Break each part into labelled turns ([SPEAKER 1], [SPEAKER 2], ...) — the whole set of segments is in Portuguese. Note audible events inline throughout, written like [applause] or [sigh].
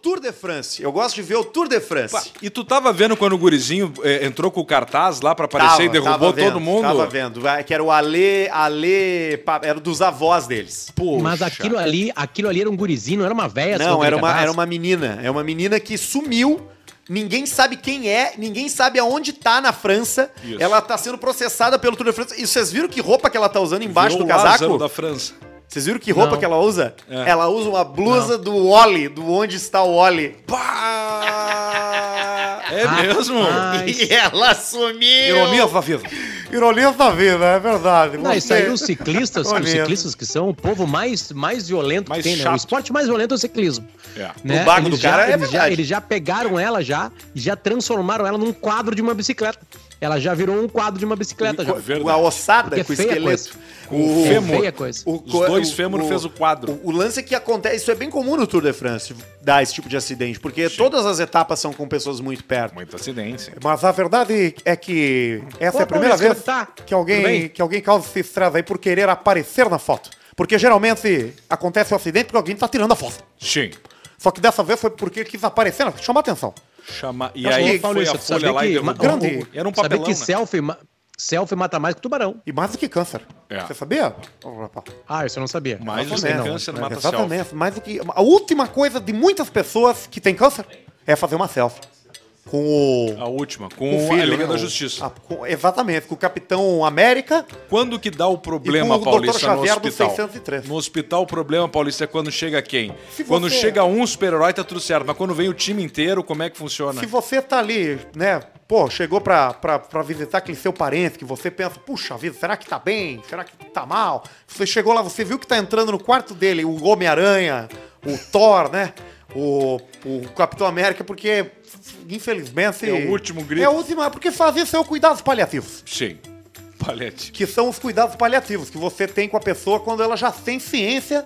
[SPEAKER 1] Tour de France. Eu gosto de ver o Tour de France.
[SPEAKER 2] Pá, E tu tava vendo quando o gurizinho eh, entrou com o cartaz lá pra aparecer e derrubou
[SPEAKER 1] tava vendo,
[SPEAKER 2] todo mundo?
[SPEAKER 1] Tava vendo. Ah, Que era o Ale, Ale, pa- era dos avós deles.
[SPEAKER 2] Poxa.
[SPEAKER 3] Mas aquilo ali, aquilo ali era um gurizinho, não era uma
[SPEAKER 2] É,
[SPEAKER 3] véia.
[SPEAKER 1] Não,
[SPEAKER 3] soltando
[SPEAKER 1] era uma,
[SPEAKER 3] cadastro.
[SPEAKER 1] era uma menina. É uma menina que sumiu. Ninguém sabe quem é, ninguém sabe aonde tá na França.
[SPEAKER 2] Isso.
[SPEAKER 1] Ela tá sendo processada pelo Tour de France. E vocês viram que roupa que ela tá usando embaixo
[SPEAKER 2] Virou
[SPEAKER 1] do
[SPEAKER 2] o Lázaro
[SPEAKER 1] casaco?
[SPEAKER 2] da França.
[SPEAKER 1] Vocês viram que roupa
[SPEAKER 3] Não.
[SPEAKER 1] que ela usa?
[SPEAKER 2] É.
[SPEAKER 1] Ela usa uma blusa do Oli, do Onde Está o Oli.
[SPEAKER 2] Pá! É
[SPEAKER 3] Ah,
[SPEAKER 2] mesmo?
[SPEAKER 3] ah,
[SPEAKER 1] [laughs] E ela sumiu!
[SPEAKER 2] Ironia da vida.
[SPEAKER 1] Ironia da vida, é verdade.
[SPEAKER 3] Não, isso
[SPEAKER 1] Gostei.
[SPEAKER 3] aí os ciclistas, os
[SPEAKER 1] Olha.
[SPEAKER 3] ciclistas que são o povo mais, mais violento
[SPEAKER 2] Mais
[SPEAKER 3] que tem, né?
[SPEAKER 2] chato.
[SPEAKER 3] O esporte mais violento é o ciclismo.
[SPEAKER 2] É.
[SPEAKER 3] Né?
[SPEAKER 1] O bago do
[SPEAKER 3] já-
[SPEAKER 1] cara é
[SPEAKER 3] eles já,
[SPEAKER 1] verdade.
[SPEAKER 3] eles já pegaram ela já e já transformaram ela num quadro de uma bicicleta. Ela já virou um quadro de uma bicicleta já.
[SPEAKER 2] Co- Verdade.
[SPEAKER 1] Com a ossada,
[SPEAKER 3] Porque é
[SPEAKER 1] com o
[SPEAKER 3] feia
[SPEAKER 1] esqueleto.
[SPEAKER 2] Com o
[SPEAKER 3] É
[SPEAKER 2] fêmur.
[SPEAKER 3] feia a coisa.
[SPEAKER 1] O
[SPEAKER 2] Os
[SPEAKER 1] co-
[SPEAKER 2] dois fêmur fez o quadro.
[SPEAKER 1] O, o lance é que acontece, isso é bem comum no Tour de France, dar esse tipo de acidente, porque todas as etapas são com pessoas muito perto.
[SPEAKER 2] Muito acidente.
[SPEAKER 4] Mas a verdade é que essa é
[SPEAKER 3] Ô,
[SPEAKER 4] a primeira
[SPEAKER 3] Maurício,
[SPEAKER 4] vez
[SPEAKER 3] tá?
[SPEAKER 4] que
[SPEAKER 2] Tudo bem?
[SPEAKER 4] alguém, que alguém causa esse estresse aí por querer aparecer na foto. Porque geralmente acontece o acidente porque alguém tá tirando a foto.
[SPEAKER 2] Sim.
[SPEAKER 4] Só que dessa vez foi porque ele quis aparecer, né? chamar atenção.
[SPEAKER 2] Chama... E
[SPEAKER 3] Mas,
[SPEAKER 2] aí
[SPEAKER 3] ô,
[SPEAKER 2] foi a
[SPEAKER 3] Paulista,
[SPEAKER 2] folha
[SPEAKER 3] sabia
[SPEAKER 2] lá e
[SPEAKER 3] que
[SPEAKER 2] derrubou.
[SPEAKER 3] ma-
[SPEAKER 4] Grande.
[SPEAKER 3] o- o-
[SPEAKER 2] Era um
[SPEAKER 3] sabia
[SPEAKER 2] papelão,
[SPEAKER 3] que
[SPEAKER 2] né?
[SPEAKER 3] selfie, ma- selfie mata mais que tubarão.
[SPEAKER 4] E mais do que câncer.
[SPEAKER 2] É.
[SPEAKER 4] Você sabia? ô, rapaz?
[SPEAKER 3] Ah, isso eu não sabia.
[SPEAKER 2] Mas o
[SPEAKER 4] Também não.
[SPEAKER 2] câncer mata selfie.
[SPEAKER 4] Exatamente. Mais do que... A última coisa de muitas pessoas que têm câncer é fazer uma selfie. Com o...
[SPEAKER 2] A última, com,
[SPEAKER 4] com o
[SPEAKER 2] a Liga
[SPEAKER 4] né?
[SPEAKER 2] da
[SPEAKER 4] O-
[SPEAKER 2] Justiça.
[SPEAKER 4] a- com- exatamente, com o Capitão América
[SPEAKER 2] Quando que dá o problema
[SPEAKER 4] E com o Dr.
[SPEAKER 2] paulista no
[SPEAKER 4] Xavier do
[SPEAKER 2] hospital?
[SPEAKER 4] 603.
[SPEAKER 2] No hospital, o problema paulista é quando chega quem?
[SPEAKER 4] Se
[SPEAKER 2] Quando
[SPEAKER 4] você-
[SPEAKER 2] chega um super-herói, tá tudo certo. Mas quando vem o time inteiro, como é que funciona?
[SPEAKER 4] Se você tá ali, né, pô, chegou pra, pra, pra visitar aquele seu parente que você pensa, puxa vida, será que tá bem? Será que tá mal? Você chegou lá, você viu que tá entrando no quarto dele o Homem-Aranha, o Thor, né? O, o Capitão América, porque infelizmente.
[SPEAKER 2] É o último grito.
[SPEAKER 4] É o último, porque fazer são cuidados paliativos.
[SPEAKER 2] Sim. Palete.
[SPEAKER 4] Que são os cuidados paliativos que você tem com a pessoa quando ela já tem ciência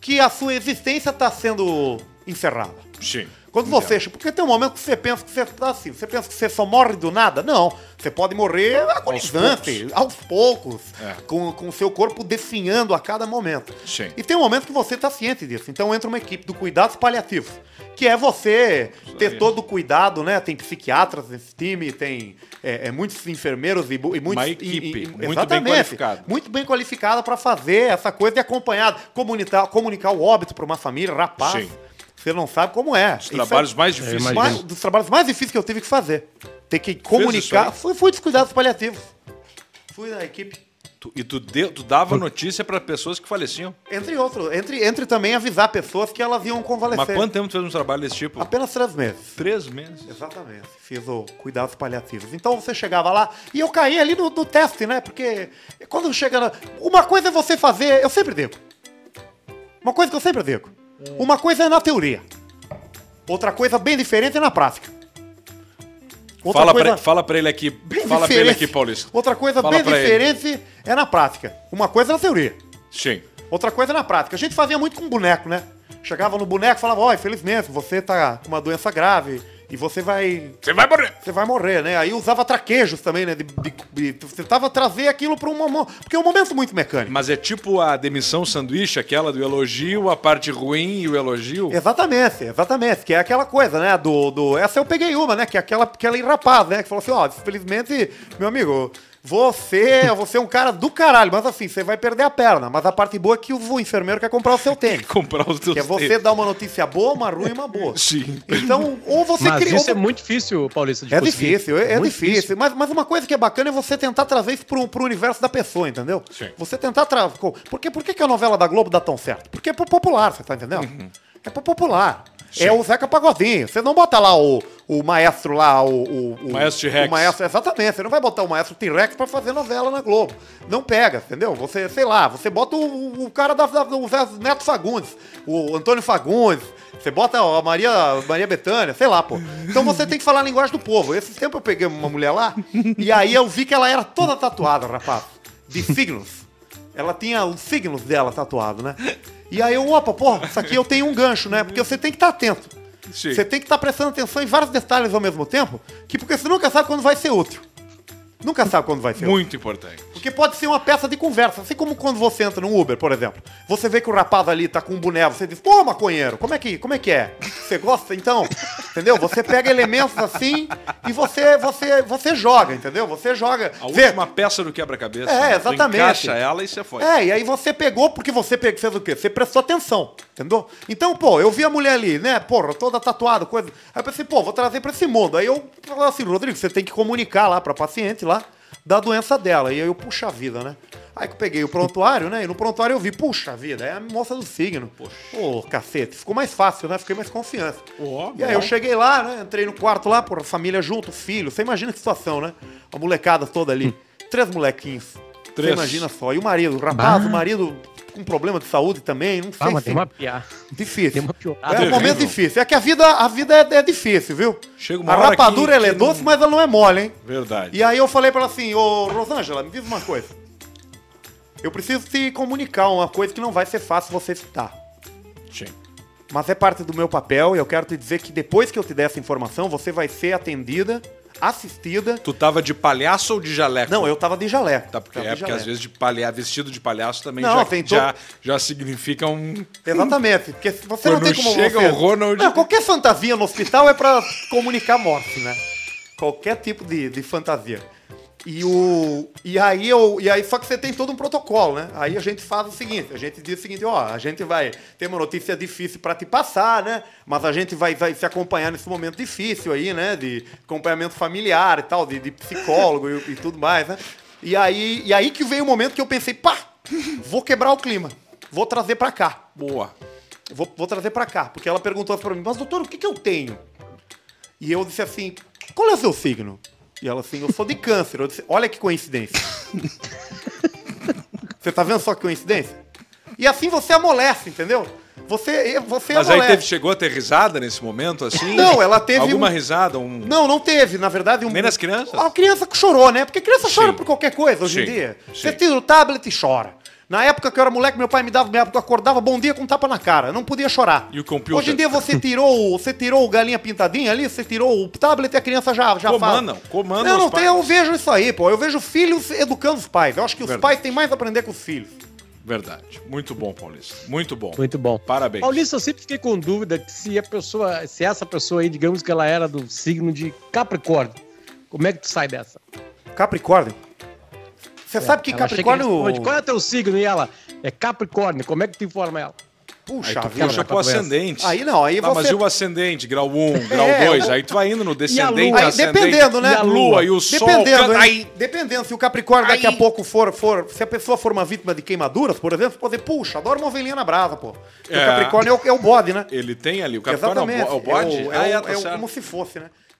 [SPEAKER 4] que a sua existência tá sendo encerrada.
[SPEAKER 2] Sim.
[SPEAKER 4] Quando você. Porque tem um momento que você pensa que você tá assim, você pensa que você só morre do nada. Não. Você pode morrer agonizante, aos poucos,
[SPEAKER 2] É.
[SPEAKER 4] com com o seu corpo definhando a cada momento.
[SPEAKER 2] Sim.
[SPEAKER 4] E tem um momento que você tá ciente disso. Então entra uma equipe do cuidados paliativos, que é você ter todo o cuidado, né? Tem psiquiatras nesse time, tem é, é, muitos enfermeiros e, bu- e muitos. e-
[SPEAKER 2] equipe
[SPEAKER 4] e-
[SPEAKER 2] muito bem
[SPEAKER 4] exatamente,
[SPEAKER 2] qualificada.
[SPEAKER 4] Muito bem qualificada para fazer essa coisa e acompanhada. Comunicar, comunicar o óbito para uma família, rapaz.
[SPEAKER 2] Sim.
[SPEAKER 4] Você não sabe como é.
[SPEAKER 2] Os
[SPEAKER 4] Isso
[SPEAKER 2] trabalhos
[SPEAKER 4] é-
[SPEAKER 2] mais difíceis.
[SPEAKER 3] imagino.
[SPEAKER 4] mais- dos trabalhos mais difíceis que eu tive que fazer. Ter que comunicar.
[SPEAKER 2] isso
[SPEAKER 4] Fui, fui descuidado dos paliativos. Fui na equipe.
[SPEAKER 2] Tu- e tu, deu- tu dava notícia pra pessoas que faleciam.
[SPEAKER 4] Entre outros. Entre, entre também avisar pessoas que elas iam convalescer.
[SPEAKER 2] Mas quanto tempo tu fez um trabalho desse tipo?
[SPEAKER 4] Apenas três meses.
[SPEAKER 2] Três meses.
[SPEAKER 4] Exatamente. Fiz o cuidados paliativos. Então você chegava lá e eu caí ali no, no teste, né? Porque quando chega. na- Uma coisa é você fazer. Eu sempre digo. Uma coisa que eu sempre digo.
[SPEAKER 2] Hum.
[SPEAKER 4] Uma coisa é na teoria. Outra coisa bem diferente é na prática. Outra
[SPEAKER 2] Fala,
[SPEAKER 4] coisa-
[SPEAKER 2] pra, fala pra ele aqui.
[SPEAKER 4] bem
[SPEAKER 2] fala pra ele
[SPEAKER 4] diferente.
[SPEAKER 2] aqui, Paulista.
[SPEAKER 4] Outra coisa
[SPEAKER 2] Fala
[SPEAKER 4] bem
[SPEAKER 2] pra ele.
[SPEAKER 4] diferente é na prática. Uma coisa é na teoria,
[SPEAKER 2] Sim.
[SPEAKER 4] outra coisa é na prática. A gente fazia muito com boneco, né? Chegava no boneco e falava, ó, infelizmente, você tá com uma doença grave e você vai.
[SPEAKER 2] Você vai morrer.
[SPEAKER 4] Você vai morrer, né? Aí usava traquejos também, né? De, de- de- você tava trazer aquilo pra um momento. Porque é um momento muito mecânico.
[SPEAKER 2] Mas é tipo a demissão sanduíche, aquela do elogio, a parte ruim e o
[SPEAKER 3] Tipo-
[SPEAKER 2] elogio.
[SPEAKER 4] É Exatamente, exatamente. Que é aquela coisa, né? Do, do... Essa eu peguei uma, né? Que é aquela, aquela rapaz, né? Que falou assim, ó, infelizmente, meu amigo, você, você é um cara do caralho, mas assim, você vai perder a perna. Mas a parte boa é que o enfermeiro quer comprar o seu tênis.
[SPEAKER 2] Comprar os teus
[SPEAKER 4] Que é você
[SPEAKER 2] tênis.
[SPEAKER 4] dar uma notícia boa, uma ruim e uma boa.
[SPEAKER 2] Sim.
[SPEAKER 4] Então, ou você
[SPEAKER 3] Mas
[SPEAKER 4] criou.
[SPEAKER 3] isso é muito difícil, Paulista, de
[SPEAKER 4] É
[SPEAKER 3] conseguir.
[SPEAKER 4] difícil, é, é
[SPEAKER 3] Muito
[SPEAKER 4] difícil. Mas, mas uma coisa que é bacana é você tentar trazer isso pro, pro universo da pessoa, entendeu?
[SPEAKER 2] Sim.
[SPEAKER 4] Você tentar trazer. Porque por que, que a novela da Globo dá tão certo? Porque é pro popular, você tá entendendo? É pro popular. É o Zeca Pagodinho. Você não bota lá o, o maestro lá, o. o, o
[SPEAKER 2] Maestro T-Rex.
[SPEAKER 4] o maestro- Exatamente, você não vai botar o maestro T-Rex pra fazer novela na Globo. Não pega, entendeu? Você, sei lá, você bota o, o cara da, da, o Zé Neto Fagundes, o Antônio Fagundes, você bota a Maria, Maria Bethânia, sei lá, pô. Então você tem que falar a linguagem do povo. Esse tempo eu peguei uma mulher lá e aí eu vi que ela era toda tatuada, rapaz, de signos. Ela tinha os signos dela tatuado, né? E aí eu, opa, porra, isso aqui eu tenho um gancho, né? Porque você tem que estar atento.
[SPEAKER 2] Sim.
[SPEAKER 4] Você tem que estar prestando atenção em vários detalhes ao mesmo tempo, que porque você nunca sabe quando vai ser útil. Nunca sabe quando vai ser.
[SPEAKER 2] Muito importante.
[SPEAKER 4] Porque pode ser uma peça de conversa. Assim como quando você entra num Uber, por exemplo. Você vê que o rapaz ali tá com um boneco, você diz, pô, maconheiro, como é que, como é, que é? Você gosta então? [laughs] Entendeu? Você pega elementos assim e você, você, você joga, entendeu? Você joga.
[SPEAKER 2] A
[SPEAKER 4] Vê-
[SPEAKER 2] última peça do quebra-cabeça.
[SPEAKER 4] É,
[SPEAKER 2] né? Tu
[SPEAKER 4] exatamente.
[SPEAKER 2] Encaixa ela e você foi.
[SPEAKER 4] É, e aí você pegou porque você pe- fez o quê? Você prestou atenção, entendeu? Então, pô, eu vi a mulher ali, né? Porra, toda tatuada, coisa. Aí eu pensei, pô, vou trazer pra esse mundo. Aí eu falei assim, Rodrigo, você tem que comunicar lá pra paciente lá da doença dela. E aí eu, puxa vida, né? Aí que eu peguei o prontuário, né? E no prontuário eu vi, puxa vida, é a moça do signo. Poxa. Ô, cacete, ficou mais fácil, né? Fiquei mais confiança.
[SPEAKER 2] Ó,
[SPEAKER 4] e aí eu cheguei lá, né? Entrei no quarto lá, porra, família junto, filho. Você imagina que situação, né? A molecada toda ali. Três molequinhos.
[SPEAKER 2] Hum.
[SPEAKER 4] Você
[SPEAKER 2] Três.
[SPEAKER 4] imagina só. E o marido, o rapaz, o marido com problema de saúde também, não sei.
[SPEAKER 3] Ah, mas
[SPEAKER 4] se-
[SPEAKER 3] tem uma piada.
[SPEAKER 4] Difícil.
[SPEAKER 3] deu uma piorada.
[SPEAKER 4] é um
[SPEAKER 2] Terrível.
[SPEAKER 4] momento difícil. É que a vida, a vida é, é difícil, viu?
[SPEAKER 2] Chega uma
[SPEAKER 4] a
[SPEAKER 2] hora
[SPEAKER 4] rapadura
[SPEAKER 2] que-
[SPEAKER 4] ela é
[SPEAKER 2] que
[SPEAKER 4] doce,
[SPEAKER 2] não-
[SPEAKER 4] mas ela não é mole, hein?
[SPEAKER 2] Verdade.
[SPEAKER 4] E aí eu falei pra ela assim, ô Rosângela, me diz uma coisa. Eu preciso te comunicar uma coisa que não vai ser fácil você citar.
[SPEAKER 2] Sim.
[SPEAKER 4] Mas é parte do meu papel e eu quero te dizer que depois que eu te der essa informação, você vai ser atendida, assistida.
[SPEAKER 2] Tu tava de palhaço ou de jaleco?
[SPEAKER 4] Não, eu tava de jaleco.
[SPEAKER 2] Tá, porque
[SPEAKER 4] Tava
[SPEAKER 2] é
[SPEAKER 4] de
[SPEAKER 2] porque
[SPEAKER 4] jaleco.
[SPEAKER 2] às vezes de palha... vestido de palhaço também
[SPEAKER 4] Não,
[SPEAKER 2] já,
[SPEAKER 4] tem to-
[SPEAKER 2] já, já significa um.
[SPEAKER 4] [laughs] Exatamente, porque se você
[SPEAKER 2] Quando
[SPEAKER 4] não tem como
[SPEAKER 2] chega
[SPEAKER 4] você...
[SPEAKER 2] o Ronald-
[SPEAKER 4] Não, qualquer fantasia no hospital é pra comunicar morte, né? Qualquer tipo de, de fantasia. E o e aí eu e aí só que você tem todo um protocolo, né? Aí a gente faz o seguinte, a gente diz o seguinte, ó, a gente vai ter uma notícia difícil pra te passar, né? Mas a gente vai, vai se acompanhar nesse momento difícil aí, né? De acompanhamento familiar e tal, de, de psicólogo e, e tudo mais, né? E aí e aí que veio o momento que eu pensei, pá, vou quebrar o clima, vou trazer pra cá.
[SPEAKER 2] Boa.
[SPEAKER 4] Vou, vou trazer pra cá, porque ela perguntou pra mim, mas doutor, o que, que eu tenho? E eu disse assim, qual é o seu signo? E ela assim, eu sou de câncer. Eu disse, olha que coincidência. você tá vendo só que coincidência? E assim você amolece, entendeu? Você, você
[SPEAKER 2] Mas aí
[SPEAKER 4] amolece.
[SPEAKER 2] teve, chegou a ter risada nesse momento, assim?
[SPEAKER 4] é. Não, ela teve
[SPEAKER 2] Alguma
[SPEAKER 4] um-
[SPEAKER 2] risada? Um...
[SPEAKER 4] Não, não teve, na verdade. Um...
[SPEAKER 2] Nem nas crianças?
[SPEAKER 4] A criança que chorou, né? Porque a criança chora
[SPEAKER 2] Sim.
[SPEAKER 4] por qualquer coisa hoje em
[SPEAKER 2] Sim,
[SPEAKER 4] dia.
[SPEAKER 2] sim.
[SPEAKER 4] Você tira o tablet e chora. Na época que eu era moleque, meu pai me dava, me acordava bom dia com um tapa na cara. Não podia chorar.
[SPEAKER 2] E o computer?
[SPEAKER 4] Hoje em dia você tirou, o- você tirou o galinha pintadinha ali, você tirou o tablet e a criança já, já
[SPEAKER 2] Comandam,
[SPEAKER 4] fala.
[SPEAKER 2] comandam
[SPEAKER 4] Não,
[SPEAKER 2] os
[SPEAKER 4] não tem,
[SPEAKER 2] pais.
[SPEAKER 4] eu vejo isso aí, pô. Eu vejo filhos educando os pais. Eu acho que os
[SPEAKER 2] Verdade.
[SPEAKER 4] pais têm mais a aprender com os filhos.
[SPEAKER 2] Verdade. Muito bom, Paulista. Muito bom.
[SPEAKER 3] Muito bom.
[SPEAKER 2] Parabéns.
[SPEAKER 3] Paulista, eu sempre fiquei com dúvida que se a pessoa, se essa pessoa aí, digamos que ela era do signo de Capricórnio, como é que tu sai dessa?
[SPEAKER 4] Capricórnio. Você sabe que
[SPEAKER 3] Ela chega e
[SPEAKER 4] Capricórnio.
[SPEAKER 3] responde, Qual é teu signo? E ela, é Capricórnio, como é que tu informa ela?
[SPEAKER 2] Aí
[SPEAKER 4] Puxa
[SPEAKER 2] tu
[SPEAKER 4] vida.
[SPEAKER 2] puxa
[SPEAKER 3] pra
[SPEAKER 2] pro
[SPEAKER 3] doença.
[SPEAKER 2] ascendente.
[SPEAKER 4] Aí não, aí
[SPEAKER 2] Tá, mas
[SPEAKER 4] você-
[SPEAKER 2] e o ascendente? Grau 1, grau
[SPEAKER 4] É,
[SPEAKER 2] 2.
[SPEAKER 4] o-
[SPEAKER 2] Aí tu vai indo no descendente,
[SPEAKER 3] lua?
[SPEAKER 4] Aí,
[SPEAKER 2] ascendente.
[SPEAKER 4] dependendo, né?
[SPEAKER 2] E a lua e o sol.
[SPEAKER 4] Dependendo,
[SPEAKER 2] cada-
[SPEAKER 4] hein?
[SPEAKER 2] Aí,
[SPEAKER 4] Dependendo. Se o Capricórnio daqui a pouco for, for. Se a pessoa for uma vítima de queimaduras, por exemplo, você pode dizer, puxa, adoro uma ovelhinha na brasa, pô. Porque
[SPEAKER 2] É.
[SPEAKER 4] O Capricórnio é o, é o bode, né?
[SPEAKER 2] ele tem ali. O Capricórnio é o bo- é o bode?
[SPEAKER 4] É, o,
[SPEAKER 2] Ah,
[SPEAKER 4] é,
[SPEAKER 2] é,
[SPEAKER 4] o-
[SPEAKER 2] tá
[SPEAKER 4] é o-
[SPEAKER 2] certo.
[SPEAKER 4] como se fosse, né?